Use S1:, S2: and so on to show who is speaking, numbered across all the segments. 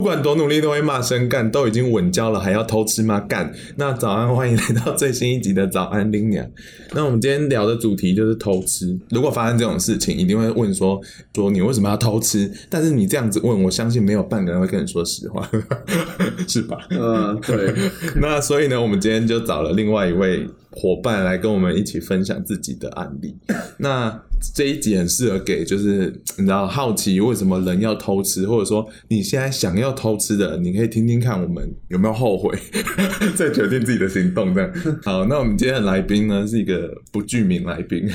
S1: 不管多努力都会骂声干，都已经稳交了还要偷吃吗？干！那早安，欢迎来到最新一集的早安林娘。那我们今天聊的主题就是偷吃。如果发生这种事情，一定会问说说你为什么要偷吃？但是你这样子问，我相信没有半个人会跟你说实话， 是吧？
S2: 呃，对，
S1: 那所以呢，我们今天就找了另外一位伙伴来跟我们一起分享自己的案例。那这一集很适合给就是你知道好奇为什么人要偷吃，或者说你现在想要偷吃的，你可以听听看我们有没有后悔， 再决定自己的行动。这样好，那我们今天的来宾呢是一个不具名来宾，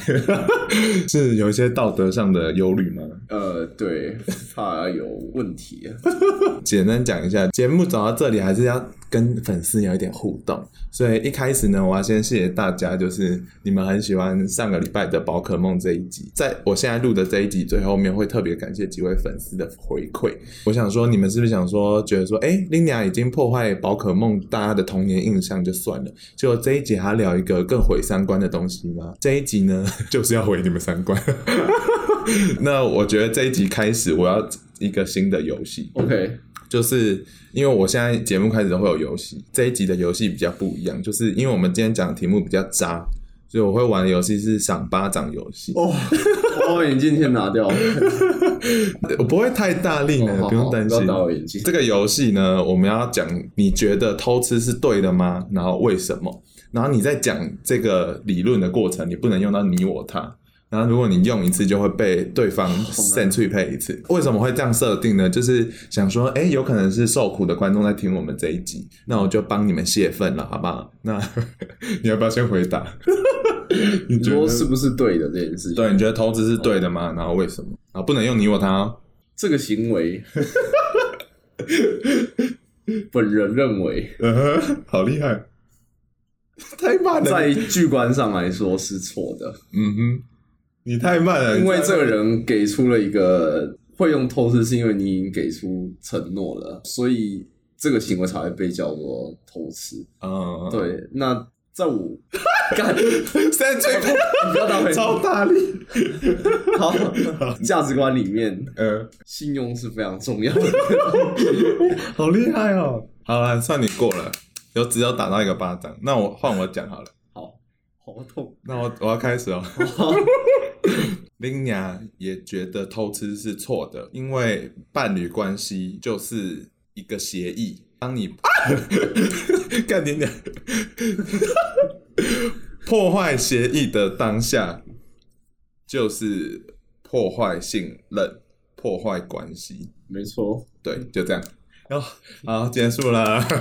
S1: 是有一些道德上的忧虑吗？
S2: 呃，对，怕有问题。
S1: 简单讲一下，节目走到这里还是要跟粉丝有一点互动，所以一开始呢，我要先谢谢大家，就是你们很喜欢上个礼拜的宝可梦这一集，在我现在录的这一集最后面会特别感谢几位粉丝的回馈。我想说，你们是不是想说，觉得说，哎、l i n a 已经破坏宝可梦大家的童年印象就算了，结果这一集还要聊一个更毁三观的东西吗？这一集呢，就是要毁你们三观。 那我觉得这一集开始，我要一个新的游戏，
S2: OK，
S1: 就是因为我现在节目开始都会有游戏，这一集的游戏比较不一样，就是因为我们今天讲的题目比较渣，所以我会玩的游戏是赏巴掌游戏。
S2: 哦，我把眼镜先拿 掉，
S1: 我不会太大力呢，
S2: 哦好
S1: 哦不用担
S2: 不
S1: 心
S2: 要。打我眼镜。
S1: 这个游戏呢，我们要讲你觉得偷吃是对的吗？然后为什么？然后你在讲这个理论的过程，你不能用到你我他。然后如果你用一次，就会被对方 send 去配一次。为什么会这样设定呢？就是想说，哎，有可能是受苦的观众在听我们这一集，那我就帮你们泄愤了，好不好？那 你要不要先回答？ 你
S2: 你
S1: 觉得
S2: 说是不是对的这件事情？
S1: 对？你觉得投资是对的吗？然后为什么？啊，不能用你我他、哦。
S2: 这个行为，本人认为，
S1: 嗯哼，好厉害，太慢了，
S2: 在巨观上来说是错的，
S1: 嗯哼，你太慢了，
S2: 因为这个
S1: 人
S2: 人给出了一个会用透视，是因为你已经给出承诺了，所以这个行为才会被叫做偷吃。
S1: 啊，
S2: 对，那在我 干，你
S1: 三嘴
S2: 不要打我眼镜
S1: 超大力，
S2: 好，价值观里面，
S1: 呃，
S2: 信用是非常重要的。
S1: 好厉害哦。好了，算你过了，有只有打到一个巴掌，那我换我讲好了，
S2: 好，好痛。
S1: 那我我要开始哦。 林雅也觉得偷吃是错的，因为伴侣关系就是一个协议。当你、 干你娘破坏协议的当下，就是破坏信任、破坏关系。
S2: 没错，
S1: 对，就这样。然
S2: 哦
S1: 后好，结束了。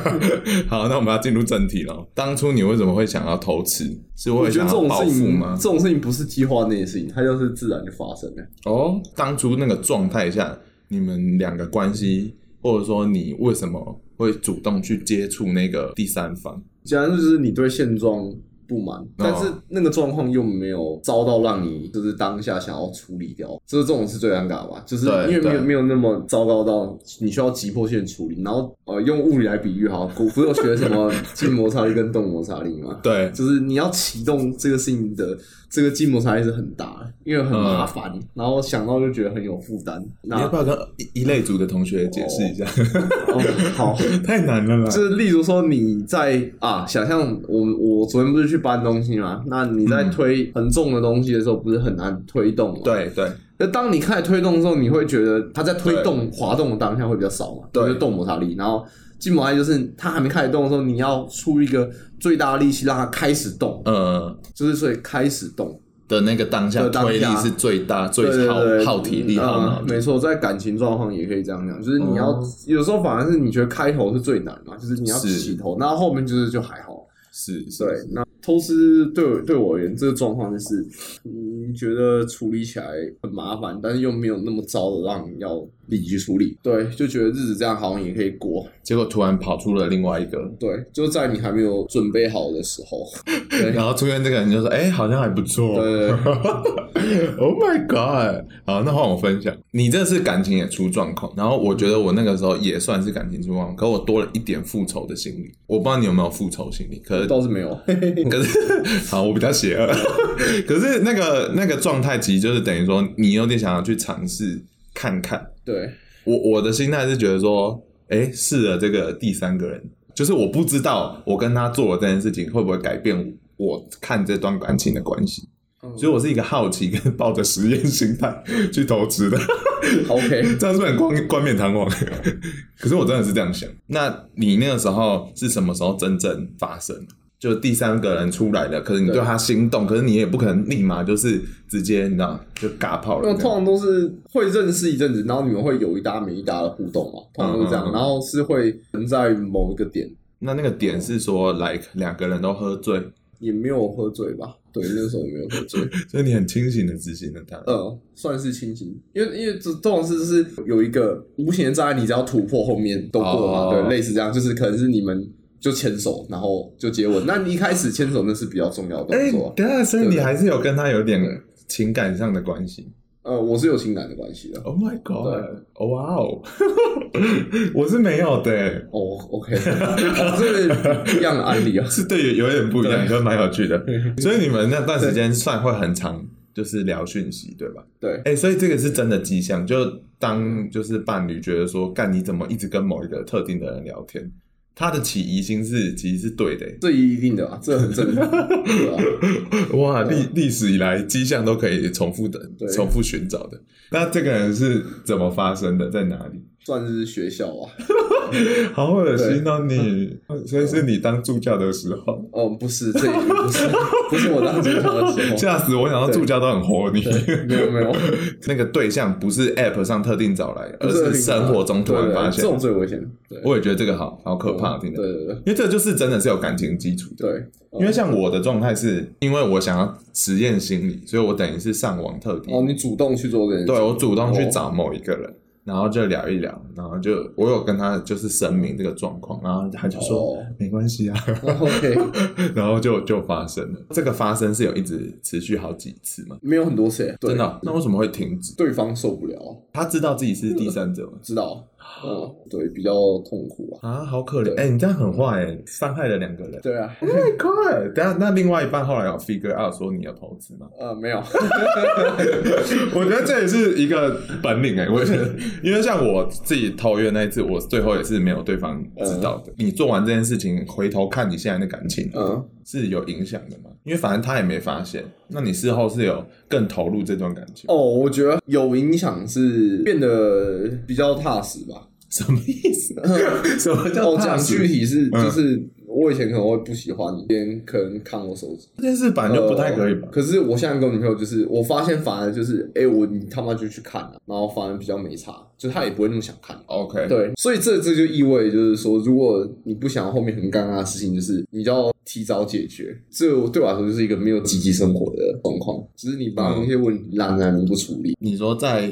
S1: 好，那我们要进入正题了。当初你为什么会想要偷吃？是为
S2: 我
S1: 了
S2: 觉
S1: 想
S2: 得这
S1: 要
S2: 种
S1: 报
S2: 事
S1: 复
S2: 情，
S1: 吗
S2: 这？种事情不是计划内的事情，它就是自然就发生了。
S1: 哦，当初那个状态下，你们两个关系，或者说你为什么会主动去接触那个第三方？
S2: 简单就是你对现状不满，但是那个状况又没有遭到让你就是当下想要处理掉，就是这种是最尴尬吧？就是
S1: 对
S2: 因为没
S1: 对
S2: 有没有那么糟糕到你需要急迫性处理。然后呃，用物理来比喻哈，我不是有学什么静摩擦力跟动摩擦力吗？
S1: 对，
S2: 就是你要启动这个事情的这个筋膜差异是很大的，因为很麻烦，然后想到就觉得很有负担。那
S1: 嗯你要不要跟一一类组的同学解释一下？
S2: 哦， 好，
S1: 太难了啦
S2: 就是例如说你在啊，想象我我昨天不是去搬东西嘛，那你在
S1: 嗯
S2: 推很重的东西的时候，不是很难推动吗？。
S1: 对对
S2: 那当你开始推动的时候，你会觉得它在推动滑动的当下会比较少嘛，
S1: 对
S2: 就是动摩擦力。然后筋膜压力就是它还没开始动的时候，你要出一个最大的力气让它开始动，
S1: 呃
S2: 就是所以开始动。
S1: 的那个当下
S2: 的当下
S1: 推力是最大、
S2: 对
S1: 最耗
S2: 对对
S1: 耗体力、
S2: 嗯
S1: 耗脑力。
S2: 没错，在感情状况也可以这样讲，就是你要、
S1: 哦
S2: 有时候反而是你觉得开头是最难嘛，就是你要
S1: 是
S2: 起头，那后面就是就还好。
S1: 是，是
S2: 对，那偷吃对我对我而言，这个状况就是你觉得处理起来很麻烦，但是又没有那么糟的让你要立即处理，对，就觉得日子这样好像也可以过。
S1: 结果突然跑出了另外一个，
S2: 对，就在你还没有准备好的时候，对
S1: 然后出现这个人就说：“哎、好像还不错。
S2: 对
S1: Oh my god！好，那换我分享。你这次感情也出状况，然后我觉得我那个时候也算是感情出状况，
S2: 嗯
S1: 可我多了一点复仇的心理。我不知道你有没有复仇心理，可是
S2: 倒是没有。
S1: 可是好，我比较邪恶。 可是那个那个状态其实就是等于说，你有点想要去尝试看看。
S2: 对，
S1: 我我的心态是觉得说，哎、哎试了这个第三个人，就是我不知道我跟他做了这件事情会不会改变我看这段感情的关系，
S2: 嗯
S1: 所以我是一个好奇跟抱着实验心态 去投资的。
S2: OK，
S1: 这样是不是很冠冠冕堂皇？ 可是我真的是这样想。那你那个时候是什么时候真正发生？就第三个人出来了，可是你
S2: 对
S1: 对他心动，可是你也不可能立马就是直接，你知道，就尬炮
S2: 那
S1: 了这
S2: 通
S1: 样。
S2: 常都是会认识一阵子，然后你们会有一搭没一搭的互动嘛，通常都是这
S1: 嗯嗯
S2: 样，
S1: 嗯
S2: 然后是会存在某一个点，
S1: 那那个点是说，like 两个人都喝醉，
S2: 也没有喝醉吧？对，那时候也没有喝醉，
S1: 所以你很清醒的执行了他。
S2: 呃，算是清醒，因为因为这这种事是有一个无形的障碍，你只要突破后面都过了嘛，
S1: 哦
S2: 对，类似这样，就是可能是你们就牵手，然后就接吻，那你一开始牵手那是比较重要的
S1: 哎、
S2: 动作啊、
S1: 等一下，所以
S2: 对
S1: 你还是有跟他有点情感上的关系。
S2: 呃，我是有情感的关系的，
S1: Oh my god！哇哦， 我是没有的、。
S2: 哦，OK，哦，这是一样的案例啊
S1: 是对，有有点不一样，
S2: 对
S1: 可是蛮有趣 的。所以你们那段时间算会很长，就是聊讯息，对吧？
S2: 对，
S1: 哎、所以这个是真的迹象，就当就是伴侣觉得说，干你怎么一直跟某一个特定的人聊天，他的起疑心是其实是对的、欸
S2: 这一定的啊，这很正常，对啊吧、
S1: 哇，
S2: 对
S1: 历历史以来迹象都可以重复的
S2: 对、
S1: 重复寻找的。那这个人是怎么发生的，在哪里？
S2: 算是学校啊。
S1: 好恶心哦你！
S2: 嗯
S1: 所以是你当助教的时候，
S2: 哦，不是，这不是，不是我当时候的时候，
S1: 吓死我！我想到助教都很活你。
S2: 没有没有，
S1: 那个对象不是 App 上特定找来，
S2: 不
S1: 而是生活中突然
S2: 对对
S1: 发
S2: 对
S1: 现
S2: 这。种最危险，对，
S1: 我也觉得这个好好可怕，听
S2: 对
S1: 着，
S2: 对对
S1: 因为这就是真的是有感情基础的。
S2: 对，
S1: 因为像我的状态是，因为我想要实验心理，所以我等于是上网特地，
S2: 哦，你主动去做这件事，哦
S1: 对我主动去找某一个人，然后就聊一聊，然后就我有跟他就是声明这个状况，然后他就说
S2: 哦
S1: 没关系啊，
S2: ，OK，
S1: 然后就就发生了。这个发生是有一直持续好几次嘛？
S2: 没有很多次，对
S1: 真的哦，那为什么会停止？
S2: 对方受不了，
S1: 他知道自己是第三者吗？
S2: 知道，嗯，对，比较痛苦啊，
S1: 啊，好可怜！
S2: 对
S1: 哎、你这样很坏、欸，伤害了两个人。
S2: 对啊，
S1: 太快！等一下，那另外一半后来有 figure out 说你有投资吗？
S2: 呃，没有，
S1: 我觉得这也是一个本领哎、我觉 得，因为像我自己投约那一次，我最后也是没有对方知道的。你做完这件事情，回头看你现在的感情，
S2: 嗯，
S1: 是有影响的吗？因为反正他也没发现，那你事后是有更投入这段感情，
S2: 哦，我觉得有影响是变得比较踏实吧，
S1: 什么意 思、啊？什么叫
S2: 哦，
S1: 踏
S2: 讲
S1: 实
S2: 具体是
S1: 嗯
S2: 就是我以前可能会不喜欢，别人可能看我手指，
S1: 这件事本来就不太可以吧
S2: 呃？可是我现在跟我女朋友就是，我发现反而就是，哎、我你他妈就去看了、然后反而比较没差，就她也不会那么想看。
S1: OK，
S2: 哦对，所以这这就意味就是说，如果你不想后面很尴尬的事情，就是你就要提早解决。这我对我来说就是一个没有积极生活的状况，只是你把那些问题烂在你不处理。
S1: 你说在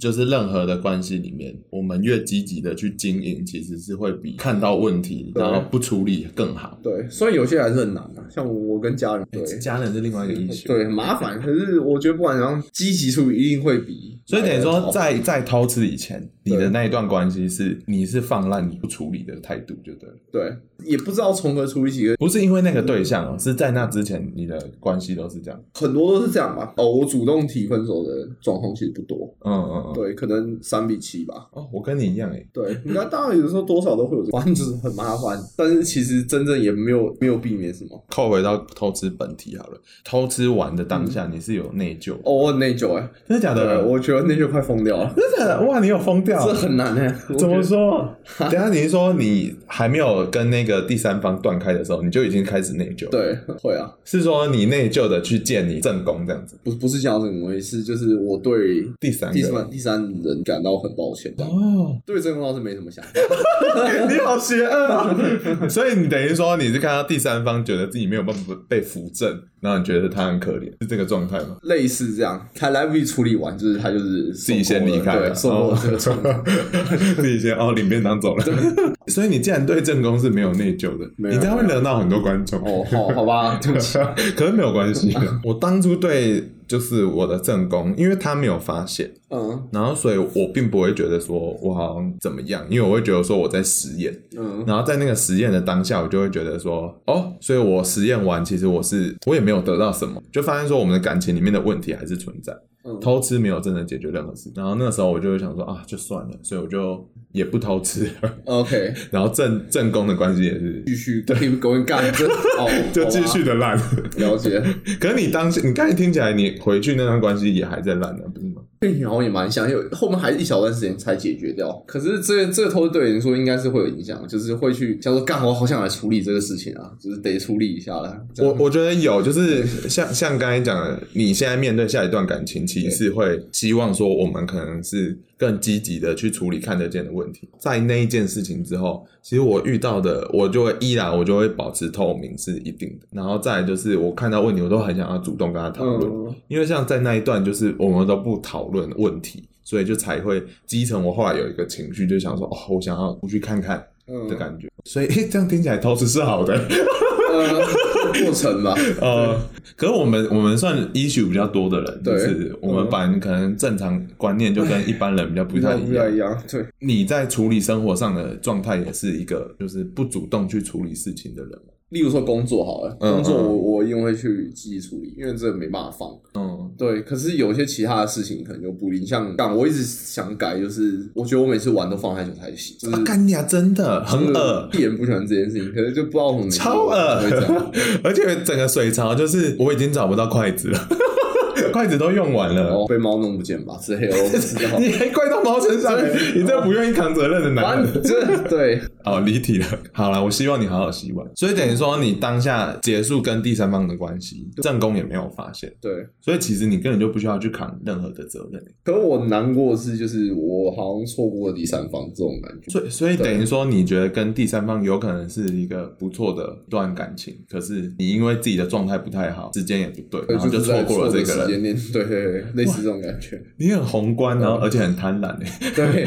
S1: 就是任何的关系里面，我们越积极的去经营，其实是会比看到问题
S2: 对
S1: 然后不处理更好。哎
S2: 对，虽然有些还是很难的、像我跟家人，对，
S1: 家人是另外一个医学，
S2: 对，很麻烦。可是我觉得不管怎样，积极处理一定会比。
S1: 所以等于说
S2: 好
S1: 在在偷吃以前，你
S2: 对
S1: 的那一段关系是你是放烂不处理的态度，就对了，
S2: 对，也不知道从何处理起，
S1: 不是因为那个对象哦，是在那之前你的关系都是这样。
S2: 很多都是这样吧。哦，我主动提分手的状况其实不多，
S1: 嗯嗯嗯，
S2: 对，可能三比七吧。
S1: 哦，我跟你一样哎，
S2: 对，那当然有时候多少都会有这个，反正就是很麻烦。但是其实真正也没有没有避免什么。
S1: 扣回到偷吃本体好了，偷吃完的当下你是有内疚，
S2: 嗯哦，我很内疚哎、
S1: 真的假
S2: 对，
S1: 的？
S2: 我觉得内疚快疯掉了，
S1: 真的假的哇，你有疯掉，
S2: 这很难哎、我觉得
S1: 啊怎么？说？等一下你是说你还没有跟那个第三方断开的时候，你就已经开始内疚？，
S2: 对，会啊，
S1: 是说你内疚的去见你正宫这样子？
S2: 不不是想要这种东西，是就是我对
S1: 第三
S2: 第
S1: 个
S2: 三第三人感到很抱歉，这样
S1: 哦，
S2: 对这个倒是没什么想法。
S1: 你好邪恶啊！ 所以你等于说你是看到第三方觉得自己没有办法被扶正，然后你觉得他很可怜，是这个状态吗？
S2: 类似这样，才来不及处理完，就是他就是自
S1: 自己先离开了，
S2: 对，受够了这 个冲击。
S1: 哦自己先哦领便当走了。 所以你既然对正宫是没有内疚的，
S2: 没
S1: 你
S2: 有
S1: 这样会惹到很多观众
S2: 哦，好好吧，对不起。
S1: 可是没有关 系。我当初对就是我的正宫，因为他没有发现，
S2: 嗯
S1: 然后所以我并不会觉得说我好像怎么样，因为我会觉得说我在实验，
S2: 嗯，
S1: 然后在那个实验的当下，我就会觉得说哦，所以我实验完，其实我是我也没有得到什么，就发现说我们的感情里面的问题还是存在。
S2: 嗯
S1: 偷吃没有真的解决任何事。然后那个时候我就想说啊，就算了，所以我就也不偷吃了。
S2: OK，
S1: 然后正正宫的关系也是
S2: 继续 keep going 干， 这哦，
S1: 就
S2: 好吧
S1: 继续的烂。
S2: 了解。
S1: 可是你当时你刚才听起来，你回去那段关系也还在烂呢、啊不是吗？
S2: 对，哎然后也蛮像，因为后面还一小段时间才解决掉。可是这个这个偷对你说应该是会有影响，就是会去想说，干，我好想来处理这个事情啊，就是得处理一下了。这
S1: 我
S2: 样
S1: 我觉得有，就是像像刚才讲的，你现在面对下一段感情，其实是会希望说我们可能是更积极的去处理看得见的问题。在那一件事情之后，其实我遇到的，我就会依然我就会保持透明是一定的。然后再来就是我看到问题，我都很想要主动跟他讨论，
S2: 嗯，
S1: 因为像在那一段就是我们都不讨论问题，所以就才会积成我后来有一个情绪，就想说哦，我想要出去看看
S2: 嗯
S1: 的感觉。所以这样听起来偷吃是好的。
S2: 呃， 过程吧，
S1: 呃，可是我们我们算 issue 比较多的人，就
S2: 对
S1: 是我们反正可能正常观念就跟一般嗯 人比较不太一
S2: 不太
S1: 样。
S2: 一样，对，
S1: 你在处理生活上的状态也是一个，就是不主动去处理事情的人嘛。
S2: 例如说工作好了，
S1: 嗯
S2: 工作
S1: 嗯
S2: 我我一定会去积极处理，因为这没办法放。
S1: 嗯
S2: 对，可是有些其他的事情可能就不一定，像干，我一直想改，就是我觉得我每次玩都放太久才行，就是
S1: 啊，干你啊，真的很恶，
S2: 一眼不喜欢这件事情，可是就不知道我们
S1: 超
S2: 会这样
S1: 恶，而且整个水槽就是我已经找不到筷子了， 筷子都用完
S2: 然
S1: 了。
S2: 后哦被猫弄不见吧之 类的，我不知道。
S1: 你还怪到猫身上，你这不愿意扛责任的男
S2: 反
S1: 人
S2: 正。就是对，
S1: 哦，离题了。好了，我希望你好好洗碗。所以等于说，你当下结束跟第三方的关系，正宫也没有发现，
S2: 对。
S1: 所以其实你根本就不需要去扛任何的责任。
S2: 可是我难过的是，就是我好像错过了第三方这种感觉。
S1: 所以，所以等于说，你觉得跟第三方有可能是一个不错的一段感情，可是你因为自己的状态不太好，时间也不对，然后
S2: 就是
S1: 错
S2: 在
S1: 过了这个
S2: 错的时
S1: 人。
S2: 间点，对对对，类似这种感觉，
S1: 你很宏观，然后
S2: 嗯
S1: 而且很贪婪欸诶。
S2: 对，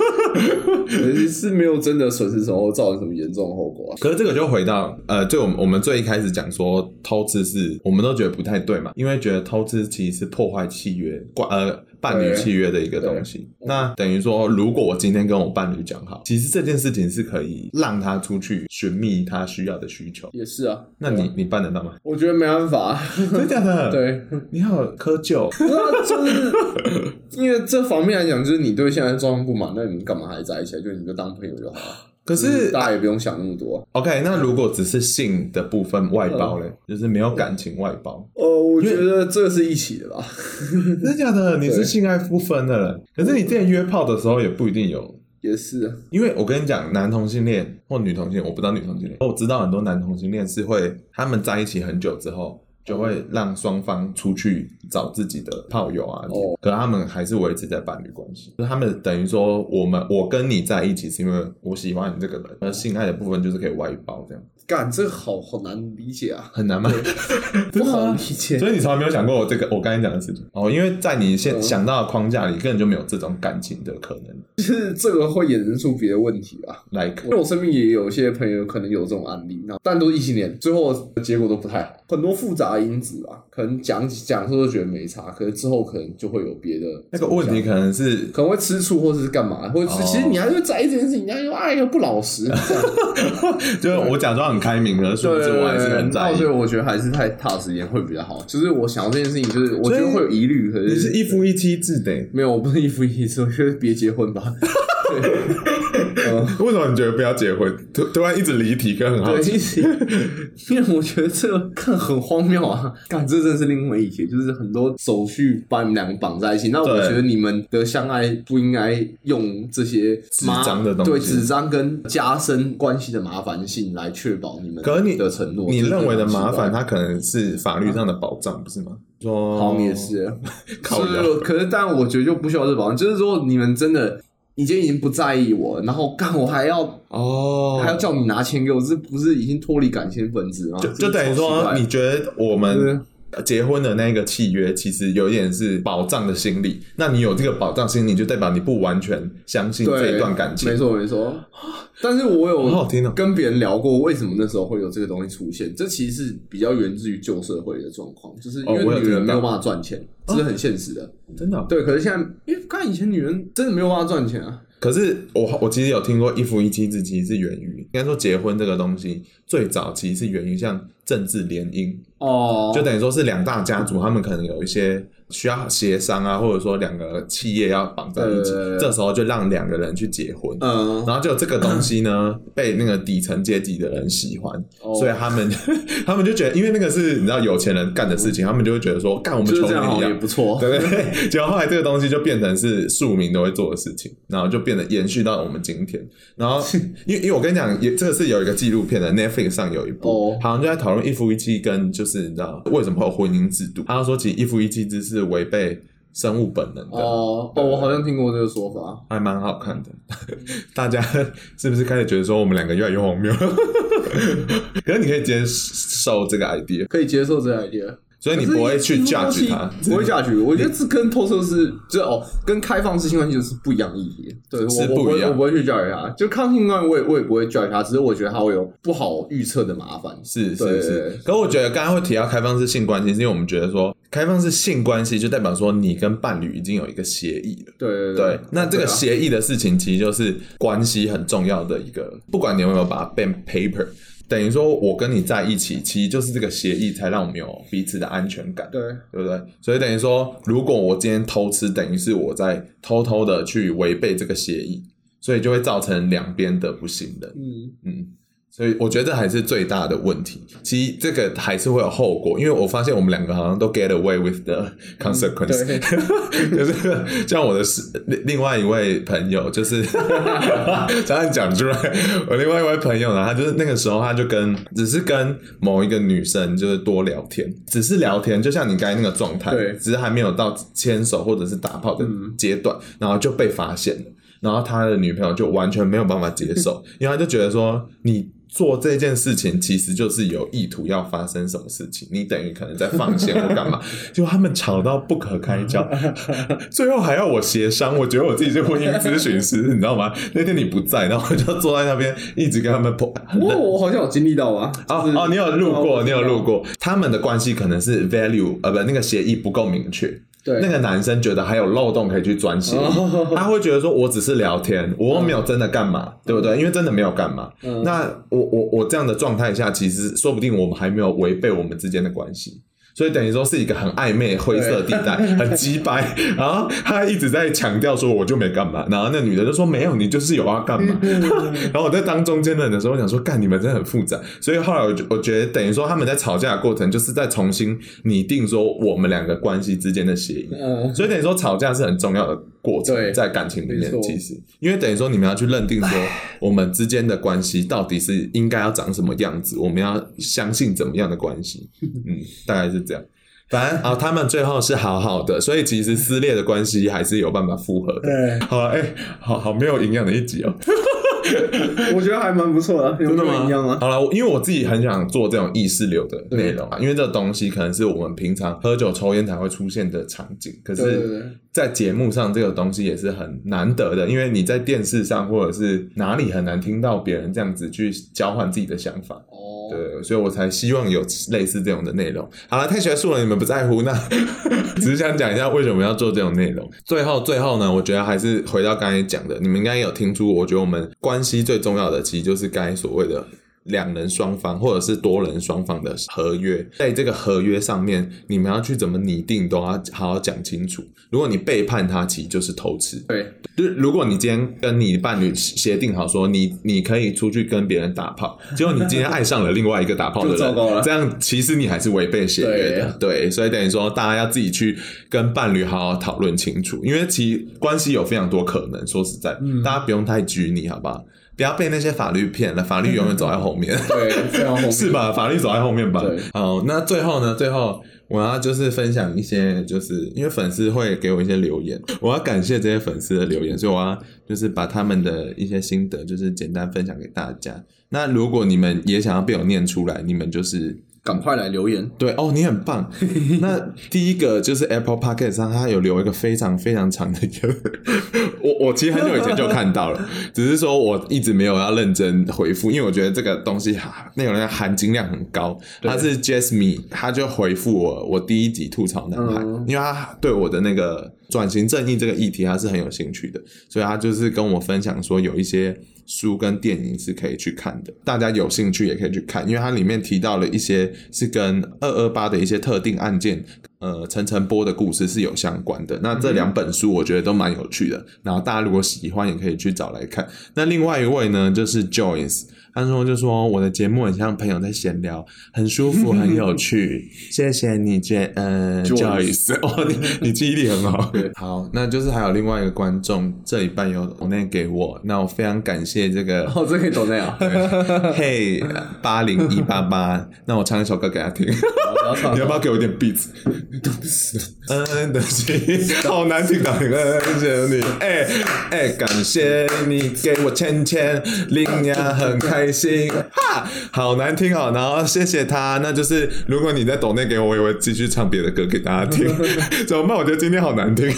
S2: 可是是没有真的损失什么，或造成什么严重的后果啊。
S1: 可是这个就回到呃，就我们我们最一开始讲说偷吃是我们都觉得不太对嘛，因为觉得偷吃其实是破坏契约关呃伴侣契约的一个东西。那等于说，如果我今天跟我伴侣讲好，其实这件事情是可以让他出去寻觅他需要的需求。
S2: 也是啊，？
S1: 那你你办得到吗
S2: 我觉得没办法，啊
S1: 真的假的？，
S2: 对，
S1: 你好苛 求。
S2: 那就是因为这方面来讲，就是你对现在状况不满，那你们干嘛还在一起啊？就你们就当朋友就好了，
S1: 可是
S2: 大家也不用想那么多啊。
S1: OK，那如果只是性的部分外包
S2: 嗯
S1: 嘞，就是没有感情外包，
S2: 呃，我觉得这是一起的吧。
S1: 真的假的？你是
S2: 嗯对
S1: 性爱不分的人，可是你之前约炮的时候也不一定有
S2: 也是啊，
S1: 因为我跟你讲，男同性恋或女同性恋，我不知道女同性恋，我知道很多男同性恋是会他们在一起很久之后，就会让双方出去找自己的炮友啊，
S2: 哦
S1: 可他们还是维持在伴侣关系，就他们等于说我们我跟你在一起是因为我喜欢你这个人，而性爱的部分就是可以外包这样，
S2: 干这个好好难理解啊，
S1: 很难吗？
S2: 不
S1: 真的
S2: 好
S1: 吗
S2: 理？解。
S1: 所以你从来没有想过我这个我刚才讲的事情哦，因为在你现
S2: 嗯
S1: 想到的框架里，根本就没有这种感情的可能。
S2: 就是这个会衍生出别的问题吧。
S1: like
S2: 因为我身边也有一些朋友可能有这种案例，那但都是异性恋，最后的结果都不太好，很多复杂的因子吧。可能讲讲说觉得没差，可是之后可能就会有别的
S1: 那个问题，可能是
S2: 可能会吃醋或者是干嘛，或者是、
S1: 哦
S2: 其实你还是会在意这件事情，但又哎呀不老实，这样
S1: 就是我假装很开明，可是殊不知我还是很在
S2: 那
S1: 意
S2: 所以。我觉得还是太踏实一点会比较好。就是我想到这件事情，就是我觉得
S1: 所以
S2: 会有疑虑，可
S1: 你是
S2: 是
S1: 一夫一妻制的欸，
S2: 没有，我不是一夫一妻，我觉得别结 婚吧。
S1: 为什么你觉得不要结婚？突突然一直离题，跟很好
S2: 对，
S1: 奇。
S2: 一起， 因为我觉得这个看很荒谬啊！看这真的是另外一题，就是很多手续把你们两个绑在一起。那我
S1: 对
S2: 觉得你们的相爱不应该用这些
S1: 纸
S2: 麻
S1: 张的东西
S2: 对纸张跟加深关系的麻烦性来确保你们
S1: 可是你
S2: 的承诺。
S1: 你
S2: 这是
S1: 认为的
S2: 很奇
S1: 麻
S2: 怪
S1: 烦，，它可能是法律上的保障，不是吗？说
S2: 好像也，是。
S1: 靠
S2: 哦是
S1: 腰，
S2: 可是但我觉得就不需要这保障，就是说你们真的。你今天已经不在意我了，然后干我还要
S1: 哦
S2: 还要叫你拿钱给我，这不是已经脱离感情本质吗？
S1: 就就
S2: 这个
S1: 等于
S2: 超奇怪
S1: 说，
S2: 的
S1: 你觉得我
S2: 对
S1: 们结婚的那个契约，其实有一点是保障的心理。那你有这个保障心理，就代表你不完全相信
S2: 对，
S1: 这一段感情
S2: 没。错没 错。但是我有
S1: 很好听哦
S2: 跟别人聊过，为什么那时候会有这个东西出现？这其实是比较源自于旧社会的状况，就是因
S1: 哦我有
S2: 为女
S1: 听
S2: 人
S1: 到
S2: 没有办法赚钱，这是很现实的。
S1: 真的哦，
S2: 对，可是现在，因为看以前女人真的没有办法赚钱啊。
S1: 可是我我其实有听过一夫一妻制，其实是源于应该说结婚这个东西最早其实是源于像政治联姻，
S2: 哦
S1: 就等于说是两大家族他们可能有一些需要协商啊，或者说两个企业要绑在一起
S2: 对对对，对
S1: 这时候就让两个人去结婚。
S2: 嗯，
S1: 然后就这个东西呢，被那个底层阶级的人喜欢，
S2: 哦
S1: 所以他们他们就 觉得，因为那个是你知道有钱人干的事情，他们就会觉得说，干我们
S2: 就是
S1: 穷
S2: 这
S1: 人
S2: 样
S1: 一
S2: 好像也
S1: 样，
S2: 不错。
S1: 对 对对。结果后来这个东西就变成是庶民都会做的事情，然后就变得延续到我们今天。然 后，因为因为我跟你讲，也这个是有一个纪录片的，Netflix 上有一部
S2: 哦，
S1: 好像就在讨论一夫一妻跟就是你知道为什么会有婚姻制度。他说其实一夫一妻制是违背生物本能的，
S2: 哦哦，我好像听过这个说法。
S1: 还蛮好看的。 大家是不是开始觉得说我们两个越来越荒谬？ 可是你可以接受这个 idea，
S2: 可以接受这个 idea，
S1: 所以你不会去
S2: 可是一夫
S1: judge
S2: 一妻
S1: 它。
S2: 不会 judge。我觉得这跟透射是，就是哦，跟开放式性关系就是不一样意义。对，我
S1: 是
S2: 我
S1: 不
S2: 会
S1: 一样
S2: 我不会去 judge 它。就抗性关系，我也我也不会 judge 它，只是我觉得它会有不好预测的麻烦。
S1: 是
S2: 对
S1: 是是，可我觉得刚刚会提到开放式性关系，是因为我们觉得说开放式性关系就代表说你跟伴侣已经有一个协议了。
S2: 对对
S1: 对，那这个
S2: 对啊
S1: 协议的事情其实就是关系很重要的一个，不管你有没有把它变 paper，等于说我跟你在一起，其实就是这个协议才让我们有彼此的安全感。
S2: 对
S1: 对不对？所以等于说，如果我今天偷吃，等于是我在偷偷的去违背这个协议，所以就会造成两边的不信任。
S2: 嗯
S1: 嗯，所以我觉得这还是最大的问题。其实这个还是会有后果，因为我发现我们两个好像都 get away with the consequence，、
S2: 嗯 对
S1: 就是像我的是另另外一位朋友，就是 常常讲出来，我另外一位朋友呢，他就是那个时候他就跟只是跟某一个女生就是多聊天，只是聊天，就像你刚才那个状态，
S2: 对
S1: 只是还没有到牵手或者是打炮的
S2: 嗯
S1: 阶段，然后就被发现了。然后他的女朋友就完全没有办法接 受，因为他就觉得说你。做这件事情其实就是有意图要发生什么事情，你等于可能在放线或 干嘛，结果他们吵到不可开交，最后还要我协商，我觉得我自己是婚姻咨询师，你知道吗？那天你不在，然后我就坐在那边一直跟他 们破。
S2: 我我好像有经历到啊。
S1: 哦
S2: 就是
S1: 哦，你有路
S2: 哦
S1: 过，你有路过，他们的关系可能是 value 呃不，那个协议不够明确，
S2: 对
S1: 那个男生觉得还有漏洞可以去钻协议
S2: 哦，
S1: 他会觉得说我只是聊天，我又没有真的干嘛，对不对？因为真的没有干嘛。
S2: 嗯
S1: 那我我我这样的状态下，其实说不定我们还没有违背我们之间的关系。所以等于说是一个很暧昧、灰色地带，很鸡掰。 然后他一直在强调说我就没干嘛，然后那女的就说没有，你就是有要干
S2: 嗯
S1: 嘛。然后我在当中间人的时候，我想说干你们真的很复杂。所以后来我就我觉得等于说他们在吵架的过程，就是在重新拟定说我们两个关系之间的协议。
S2: 嗯，
S1: 所以等于说吵架是很重要的过程
S2: 对，
S1: 在感情里
S2: 没错
S1: 面，其实因为等于说你们要去认定说我们之间的关系到底是应该要长什么样子，我们要相信怎么样的关 系，嗯，大概是这样。反正啊、他们最后是好好的，所以其实撕裂的关系还是有办法复合的。
S2: 对。
S1: 好了，哎、好好没有营养的一集哦、
S2: 我觉得还蛮不错的，真一样啊。
S1: 好了，我因为我自己很想做这种意识流的内容啊，因为这个东西可能是我们平常喝酒、抽烟才会出现的场景，可
S2: 对对
S1: 哦是
S2: 对，
S1: 在节目上这个东西也是很难得的，因为你在电视上或者是哪里很难听到别人这样子去交换自己的想法。
S2: 哦，
S1: 对，所以我才希望有类似这种的内容。好了，太学术了，你们不在乎，那 只是想讲一下为什么要做这种内容。最后，最后呢，我觉得还是回到刚才讲的，你们应该有听出，我觉得我们关系最重要的其实就是刚才所谓的。两人双方或者是多人双方的合约，在这个合约上面，你们要去怎么拟定，都要好好讲清楚。如果你背叛他，其实就是偷吃。
S2: 对
S1: 就是如果你今天跟你伴侣协定好说你你可以出去跟别人打炮，结果你今天爱上了另外一个打炮的人，
S2: 就糟糕了
S1: 这样其实你还是违背协约的，对所以等于说大家要自己去跟伴侣好好讨论清楚，因为其实关系有非常多可能，说实在，
S2: 嗯
S1: 大家不用太拘泥，好不好？不要被那些法律骗了，法律永远走在后面。
S2: 对，这样后 面
S1: 是吧？法律走在后面吧
S2: 对。
S1: 好，那最后呢？最后我要就是分享一些，就是因为粉丝会给我一些留言，我要感谢这些粉丝的留言，所以我要就是把他们的一些心得，就是简单分享给大家。那如果你们也想要被我念出来，你们就是
S2: 赶快来留言。
S1: 对哦，你很棒。那第一个就是 Apple Podcast 上，它有留一个非常非常长的一个，我我其实很久以前就看到了，只是说我一直没有要认真回复，因为我觉得这个东西哈内容量含金量很高。他是 Jasmine，他就回复我我第一集吐槽男孩，
S2: 嗯
S1: 因为他对我的那个转型正义这个议题他是很有兴趣的，所以他就是跟我分享说有一些书跟电影是可以去看的，大家有兴趣也可以去看，因为它里面提到了一些是跟二二八的一些特定案件，呃，陈诚波的故事是有相关
S2: 嗯
S1: 的。那这两本书我觉得都蛮有趣的，然后大家如果喜欢也可以去找来看。那另外一位呢，就是 Joyce，他说就说我的节目很像朋友在闲聊，很舒服，很有 趣，谢谢你，J 嗯
S2: Joyce
S1: Joyce，哦，你你记忆力很好
S2: 对，
S1: 好，那就是还有另外一个观众这礼拜有 d 内给我，那我非常感谢这个
S2: 哦，这可以懂那样，
S1: 嘿八零一八八，那我唱一首歌给他听， 你要不要给我一点 beats？嗯，对不起，好难听啊到你，感谢你，哎哎，感谢你给我钱钱，林雅啊很开心，哈，好难听哦，然后谢谢他，那就是如果你在抖内给我，我也会继续唱别的歌给大家听，怎么办？我觉得今天好难听。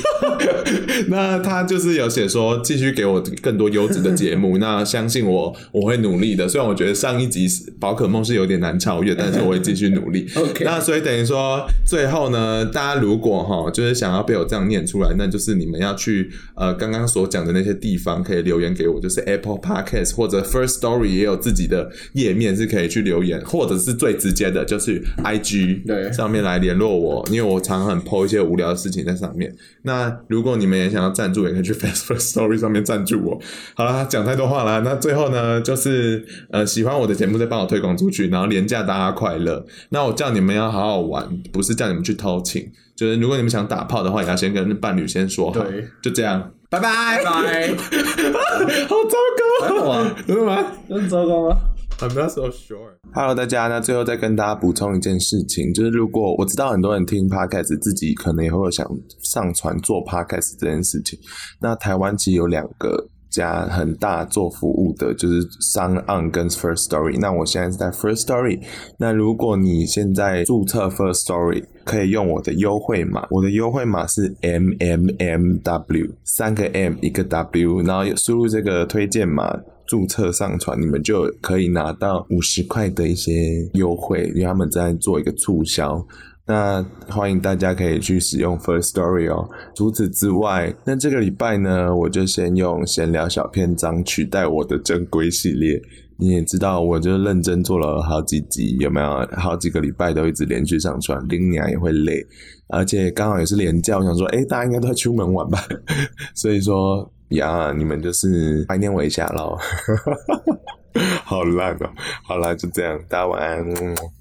S1: 那他就是有写说，继续给我更多优质的节目。那相信我，我会努力的。虽然我觉得上一集是宝可梦是有点难超越，但是我会继续努力。
S2: OK
S1: 那所以等于说，最后呢，大家如果哈，就是想要被我这样念出来，那就是你们要去呃刚刚所讲的那些地方可以留言给我，就是 Apple Podcast 或者 First Story 也有自己的页面是可以去留言，或者是最直接的就是 IG
S2: 对
S1: 上面来联络我，因为我常很 PO 一些无聊的事情在上面。那如果你们也想要赞助，也可以去 Facebook Story 上面赞助我。好啦，讲太多话啦。那最后呢，就是呃，喜欢我的节目再帮我推广出去，然后廉价大家快乐。那我叫你们要好好玩，不是叫你们去偷情。就是如果你们想打炮的话，也要先跟伴侣先说好
S2: 对。
S1: 就这样，拜拜。
S2: 拜，
S1: 好糟糕、啊，
S2: 哇，
S1: 真的吗？
S2: 真糟糕啊吗？
S1: I'm not so sure. Hello，大家，那最后再跟大家补充一件事情，就是如果我知道很多人听 podcast，自己可能也会有想上传做 podcast 这件事情。那台湾其实有两个家很大做服务的，就是 Sound On 跟 First Story。那我现在是在 First Story。那如果你现在注册 First Story，可以用我的优惠码，我的优惠码是 M M M W，三个 M 一个 W，然后输入这个推荐码。注册上传，你们就可以拿到五十块的一些优惠，因为他们在做一个促销。那欢迎大家可以去使用 First Story 哦。除此之外，那这个礼拜呢，我就先用闲聊小篇章取代我的正规系列。你也知道，我就认真做了好几集，有没有？好几个礼拜都一直连续上传，拎娘也会累，而且刚好也是连假，我想说，哎、大家应该都在出门玩吧， 所以说呀，你们就是怀念我一 下喽。好烂哦、好啦，就这样，大家晚安。嗯